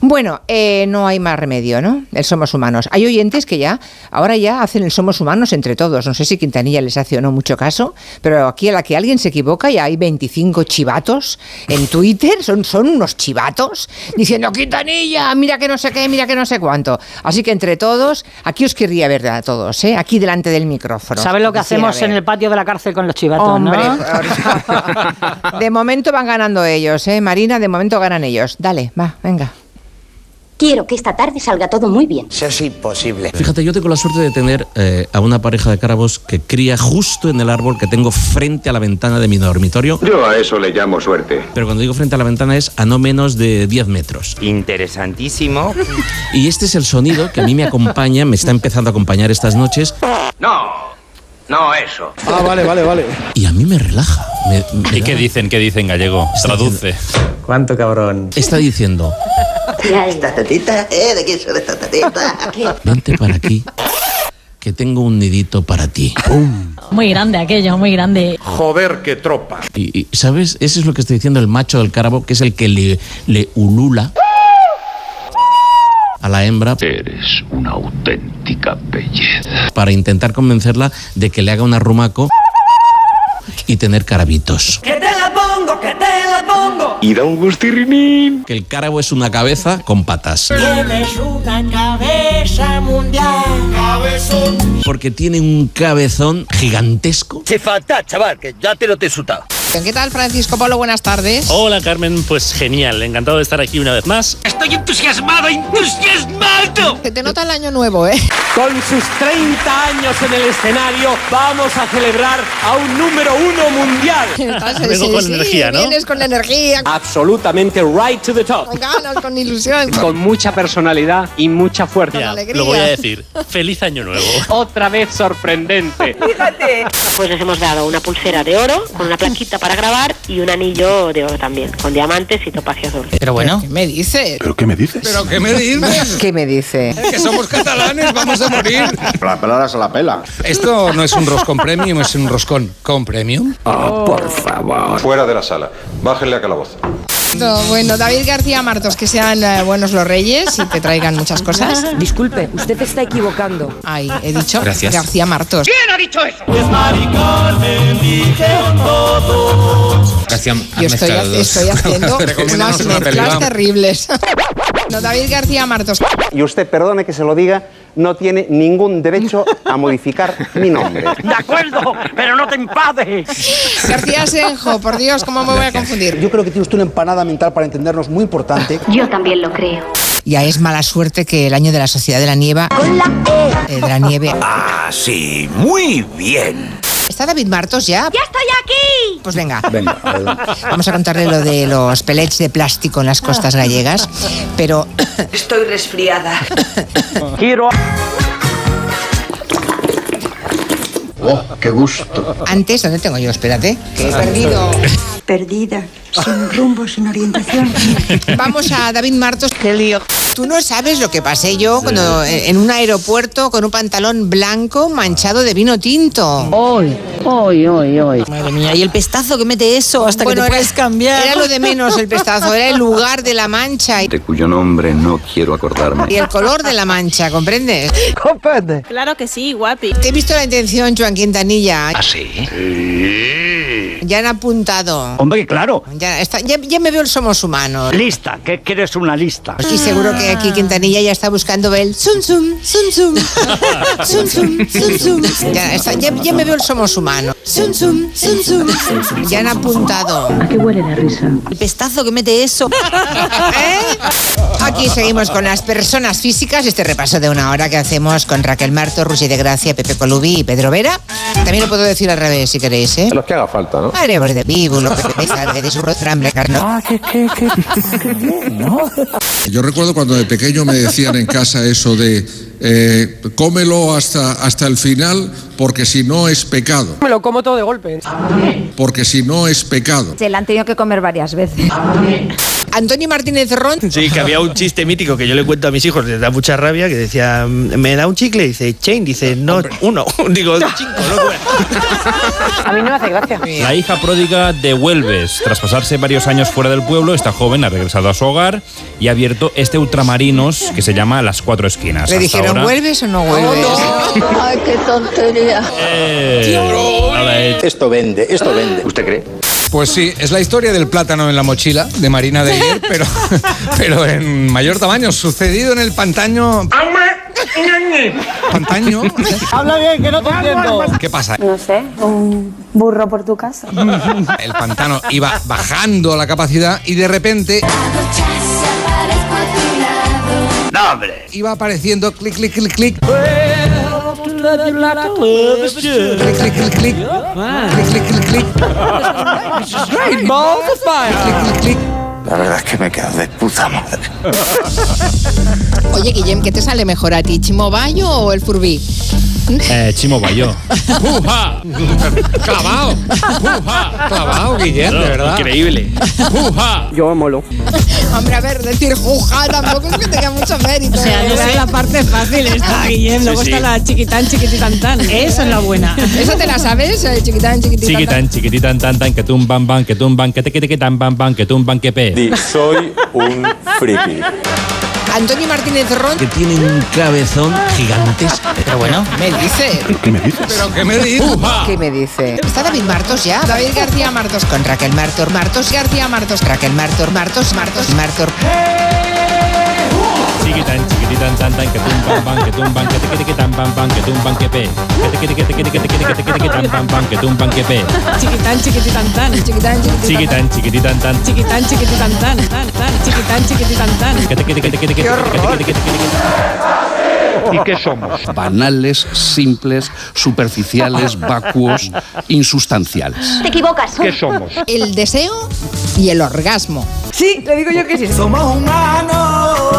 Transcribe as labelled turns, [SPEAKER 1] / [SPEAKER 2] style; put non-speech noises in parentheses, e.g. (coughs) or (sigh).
[SPEAKER 1] Bueno, eh, no hay más remedio, ¿no? El somos humanos. Hay oyentes que ya, ahora ya hacen el somos humanos entre todos. No sé si Quintanilla les hace o no mucho caso, pero aquí a la que alguien se equivoca ya hay 25 chivatos en Twitter, son, son unos chivatos, diciendo Quintanilla, mira que no sé qué, mira que no sé cuánto. Así que entre todos, aquí os querría ver a todos, ¿eh? Aquí delante del micrófono.
[SPEAKER 2] ¿Sabes lo que
[SPEAKER 1] Quisiera
[SPEAKER 2] hacemos en
[SPEAKER 1] ver.
[SPEAKER 2] el patio de la cárcel con los chivatos?
[SPEAKER 1] Hombre,
[SPEAKER 2] ¿no? (laughs)
[SPEAKER 1] por- de momento van ganando ellos, ¿eh? Marina, de momento ganan ellos. Dale, va, venga.
[SPEAKER 3] Quiero que esta tarde salga todo muy bien.
[SPEAKER 4] Si es imposible.
[SPEAKER 5] Fíjate, yo tengo la suerte de tener eh, a una pareja de cárabos que cría justo en el árbol que tengo frente a la ventana de mi dormitorio.
[SPEAKER 6] Yo a eso le llamo suerte.
[SPEAKER 5] Pero cuando digo frente a la ventana es a no menos de 10 metros.
[SPEAKER 4] (laughs) Interesantísimo.
[SPEAKER 5] Y este es el sonido que a mí me acompaña, me está empezando a acompañar estas noches
[SPEAKER 6] No, no eso.
[SPEAKER 7] Ah, vale, vale, vale.
[SPEAKER 5] y a mí me relaja. Me- me
[SPEAKER 8] ¿Y
[SPEAKER 5] da-
[SPEAKER 8] qué dicen? ¿Qué dicen gallego? Traduce.
[SPEAKER 4] ¿Cuánto cabrón?
[SPEAKER 5] Está diciendo,
[SPEAKER 3] Ya está.
[SPEAKER 4] tatita? ¿Eh? ¿De quién son estas tatitas?
[SPEAKER 5] vente para aquí, que tengo un nidito para ti.
[SPEAKER 9] Muy grande aquello, muy grande.
[SPEAKER 6] Joder, qué tropa.
[SPEAKER 5] Y, y, ¿sabes? Eso es lo que está diciendo el macho del cárabo, que es el que le, le ulula a la hembra
[SPEAKER 6] Eres una auténtica belleza.
[SPEAKER 5] para intentar convencerla de que le haga un arrumaco y tener carabitos.
[SPEAKER 6] Y da un gustirrinín.
[SPEAKER 5] Que el cárabo es una cabeza con patas. Porque tiene un cabezón gigantesco.
[SPEAKER 4] Se falta, chaval, que ya te lo te he sutado.
[SPEAKER 1] ¿Qué tal, Francisco Polo? Buenas tardes.
[SPEAKER 10] Hola Carmen, pues genial, encantado de estar aquí una vez más.
[SPEAKER 4] Estoy entusiasmado, entusiasmado.
[SPEAKER 1] Se te nota el año nuevo, ¿eh?
[SPEAKER 7] Con sus 30 años en el escenario, vamos a celebrar a un número uno mundial.
[SPEAKER 1] Estás-
[SPEAKER 10] Vengo con energía, ¿no?
[SPEAKER 1] Vienes con energía,
[SPEAKER 7] Absolutamente right to the top.
[SPEAKER 1] con ganas, con ilusión.
[SPEAKER 7] (laughs) Con mucha personalidad y mucha fuerza.
[SPEAKER 10] Ya,
[SPEAKER 1] alegría.
[SPEAKER 10] lo voy a decir. Feliz año nuevo.
[SPEAKER 7] Otra vez sorprendente.
[SPEAKER 9] Pues les hemos dado una pulsera de oro con una plaquita para grabar y un anillo de oro también, con diamantes y topacios de oro.
[SPEAKER 4] Pero bueno,
[SPEAKER 1] me dices?
[SPEAKER 6] ¿Pero qué me dices?
[SPEAKER 11] ¿Pero qué me dices?
[SPEAKER 1] ¿Qué me dice?
[SPEAKER 11] Que somos catalanes, vamos a morir.
[SPEAKER 6] La palabra se la pela.
[SPEAKER 11] Esto no es un roscón premium, es un roscón con premium.
[SPEAKER 6] Fuera de la sala. Bájenle a calabozo.
[SPEAKER 9] Bueno, David García Martos, que sean eh, buenos los reyes y te traigan muchas cosas.
[SPEAKER 2] Disculpe, usted está equivocando.
[SPEAKER 9] Ay, he dicho
[SPEAKER 11] Gracias.
[SPEAKER 9] García Martos.
[SPEAKER 11] Gracias,
[SPEAKER 9] Yo estoy,
[SPEAKER 1] (laughs)
[SPEAKER 9] estoy
[SPEAKER 5] (laughs)
[SPEAKER 9] haciendo unas mezclas terribles. (laughs) No, David García Martos.
[SPEAKER 4] y usted, perdone que se lo diga, no tiene ningún derecho a modificar mi nombre.
[SPEAKER 2] De acuerdo, pero no te enfades.
[SPEAKER 9] García Senjo, por Dios, ¿cómo me voy a confundir?
[SPEAKER 7] Yo creo que tiene usted una empanada mental para entendernos muy importante.
[SPEAKER 3] Yo también lo creo.
[SPEAKER 1] Ya es mala suerte que el año de la Sociedad de la Nieve. eh, de la nieve.
[SPEAKER 4] Ah, sí, muy bien.
[SPEAKER 1] ¿Está David Martos ya?
[SPEAKER 3] ¡Ya estoy aquí!
[SPEAKER 1] Pues venga. Vamos a contarle lo de los pellets de plástico en las costas gallegas. Pero
[SPEAKER 2] (coughs)
[SPEAKER 1] (coughs)
[SPEAKER 2] Estoy resfriada.
[SPEAKER 1] antes, ¿dónde tengo yo? Espérate. Que he perdido.
[SPEAKER 2] Perdida, sin rumbo, sin orientación.
[SPEAKER 6] (laughs)
[SPEAKER 1] Vamos a David Martos. Qué lío. Tú no sabes lo que pasé yo cuando en un aeropuerto con un pantalón blanco manchado de vino tinto.
[SPEAKER 2] Hoy, hoy, hoy, hoy. Madre mía, y el pestazo que mete eso hasta
[SPEAKER 1] Bueno,
[SPEAKER 2] que te
[SPEAKER 1] era-
[SPEAKER 2] puedes cambiar.
[SPEAKER 1] Era lo de menos el pestazo, era el lugar de la mancha y
[SPEAKER 6] De cuyo nombre no quiero
[SPEAKER 1] y
[SPEAKER 6] acordarme.
[SPEAKER 1] el color de la mancha, ¿comprendes?
[SPEAKER 9] Claro que sí, guapi.
[SPEAKER 1] Te he visto la intención, Joan Quintanilla.
[SPEAKER 4] ¿Ah, sí?
[SPEAKER 1] Ya han apuntado.
[SPEAKER 4] Hombre, claro.
[SPEAKER 1] Ya, está- ya, ya me veo el somos humanos.
[SPEAKER 4] Lista, que quieres una lista.
[SPEAKER 1] Y seguro que aquí Quintanilla ya está buscando el zum zum, zum
[SPEAKER 4] (laughs)
[SPEAKER 1] zum, zum zum, zum zum. Ya, está- ya, ya me veo el somos humano. Zum zum, zum zum. Ya han apuntado.
[SPEAKER 2] ¿A qué huele la risa?
[SPEAKER 9] El pestazo que mete eso.
[SPEAKER 1] ¿Eh? Aquí seguimos con las personas físicas, este repaso de una hora que hacemos con Raquel Marto, Rusi de Gracia, Pepe Colubi y Pedro Vera. También lo puedo decir al revés si queréis, ¿eh?
[SPEAKER 6] Los que haga falta, ¿no?
[SPEAKER 1] Madre de vivo, lo que te salga de su rostramble, carno.
[SPEAKER 11] Yo recuerdo cuando de pequeño me decían en casa eso de
[SPEAKER 6] eh, cómelo hasta, hasta el final porque si no es pecado.
[SPEAKER 12] Me lo como todo de golpe.
[SPEAKER 6] Porque si no es pecado.
[SPEAKER 13] Se la han tenido que comer varias veces.
[SPEAKER 1] Antonio Martínez Ron.
[SPEAKER 7] Sí, que había un chiste mítico que yo le cuento a mis hijos, les da mucha rabia, que decía, "Mm, me da un chicle, dice, chain, dice, no, uno, (laughs) digo, cinco, (laughs)
[SPEAKER 12] A mí no me hace gracia.
[SPEAKER 5] La hija pródiga de Huelves, tras pasarse varios años fuera del pueblo, esta joven ha regresado a su hogar y ha abierto este ultramarinos que se llama Las Cuatro Esquinas.
[SPEAKER 1] Le
[SPEAKER 5] Hasta
[SPEAKER 1] dijeron,
[SPEAKER 5] ahora-
[SPEAKER 1] ¿vuelves o no vuelves?
[SPEAKER 9] Oh,
[SPEAKER 2] Ay, qué tontería.
[SPEAKER 14] Esto vende, esto vende. ¿Usted cree? Pues sí, es la historia del plátano en la mochila de Marina de ayer, pero, pero en mayor tamaño, sucedido en el pantaño. ¿Pantaño?
[SPEAKER 12] Habla bien, que no te entiendo.
[SPEAKER 14] ¿Qué pasa?
[SPEAKER 12] No sé, un burro por tu casa.
[SPEAKER 14] El pantano iba bajando la capacidad y de repente. ¡No, hombre! Iba apareciendo clic, clic, clic, clic. Clic, clic, clic, clic. Clic, clic, clic, clic.
[SPEAKER 12] Great balls of fire.
[SPEAKER 15] La verdad es que me quedo de puta madre.
[SPEAKER 16] Oye, Guillem, ¿qué te sale mejor a ti, Chimobayo o el Furbi?
[SPEAKER 5] Eh, Chimo Bayo.
[SPEAKER 14] ¡Puja! ¡Clavao! ¡Puja! ¡Clavao, Guillem, de verdad!
[SPEAKER 7] Increíble.
[SPEAKER 14] ¡Puja!
[SPEAKER 7] Yo molo.
[SPEAKER 16] Hombre, a ver, decir juja tampoco es que tenga mucho mérito.
[SPEAKER 17] O sea, no es la parte fácil esta, Guillem.
[SPEAKER 16] Sí,
[SPEAKER 17] Luego
[SPEAKER 16] sí.
[SPEAKER 17] está la chiquitán, chiquititantán. Esa es la buena.
[SPEAKER 16] ¿Eso te la sabes? eh, Chiquitán, chiquititán.
[SPEAKER 5] Chiquitán, chiquititán, tan, tan, que tumban, ban, que tumban, que te, que te, que tan, ban, ban, que tumban, que pe.
[SPEAKER 15] Soy un friki.
[SPEAKER 1] Antonio Martínez Ron.
[SPEAKER 18] Que tiene un cabezón gigantesco. Pero bueno.
[SPEAKER 1] ¿Me dice?
[SPEAKER 18] ¿Qué me dices? ¿Pero qué me dices?
[SPEAKER 1] ¿Qué me dice? ¿Está David Martos ya? David García Martos con Raquel Martos. Martos García Martos. Raquel Martos. Martos. Martos. Martos.
[SPEAKER 5] Chiquitán, chiquititán, tan, tan, que tumban, ban, que tumban, que te, que te, que tan, ban, ban, que tumban, que pe. Que te, que te, que te, que te, que te, que te, que te, que tan, ban, ban, que tumban, que pe.
[SPEAKER 17] Chiquitán, chiquititantán. Chiquitán,
[SPEAKER 5] Chiquitán, chiquititán, tan.
[SPEAKER 17] Chiquitán, chiquititantán. Tan, tan. Chiquitán, chiquititantán.
[SPEAKER 5] Que te, que te, que te, que te, que te, que te, que te, que te, que te.
[SPEAKER 19] ¿Y qué somos? Banales, simples, superficiales, vacuos, insustanciales.
[SPEAKER 9] Te equivocas.
[SPEAKER 19] ¿Qué somos?
[SPEAKER 16] El deseo y el orgasmo.
[SPEAKER 13] Sí, le digo yo que sí.
[SPEAKER 9] Somos humanos.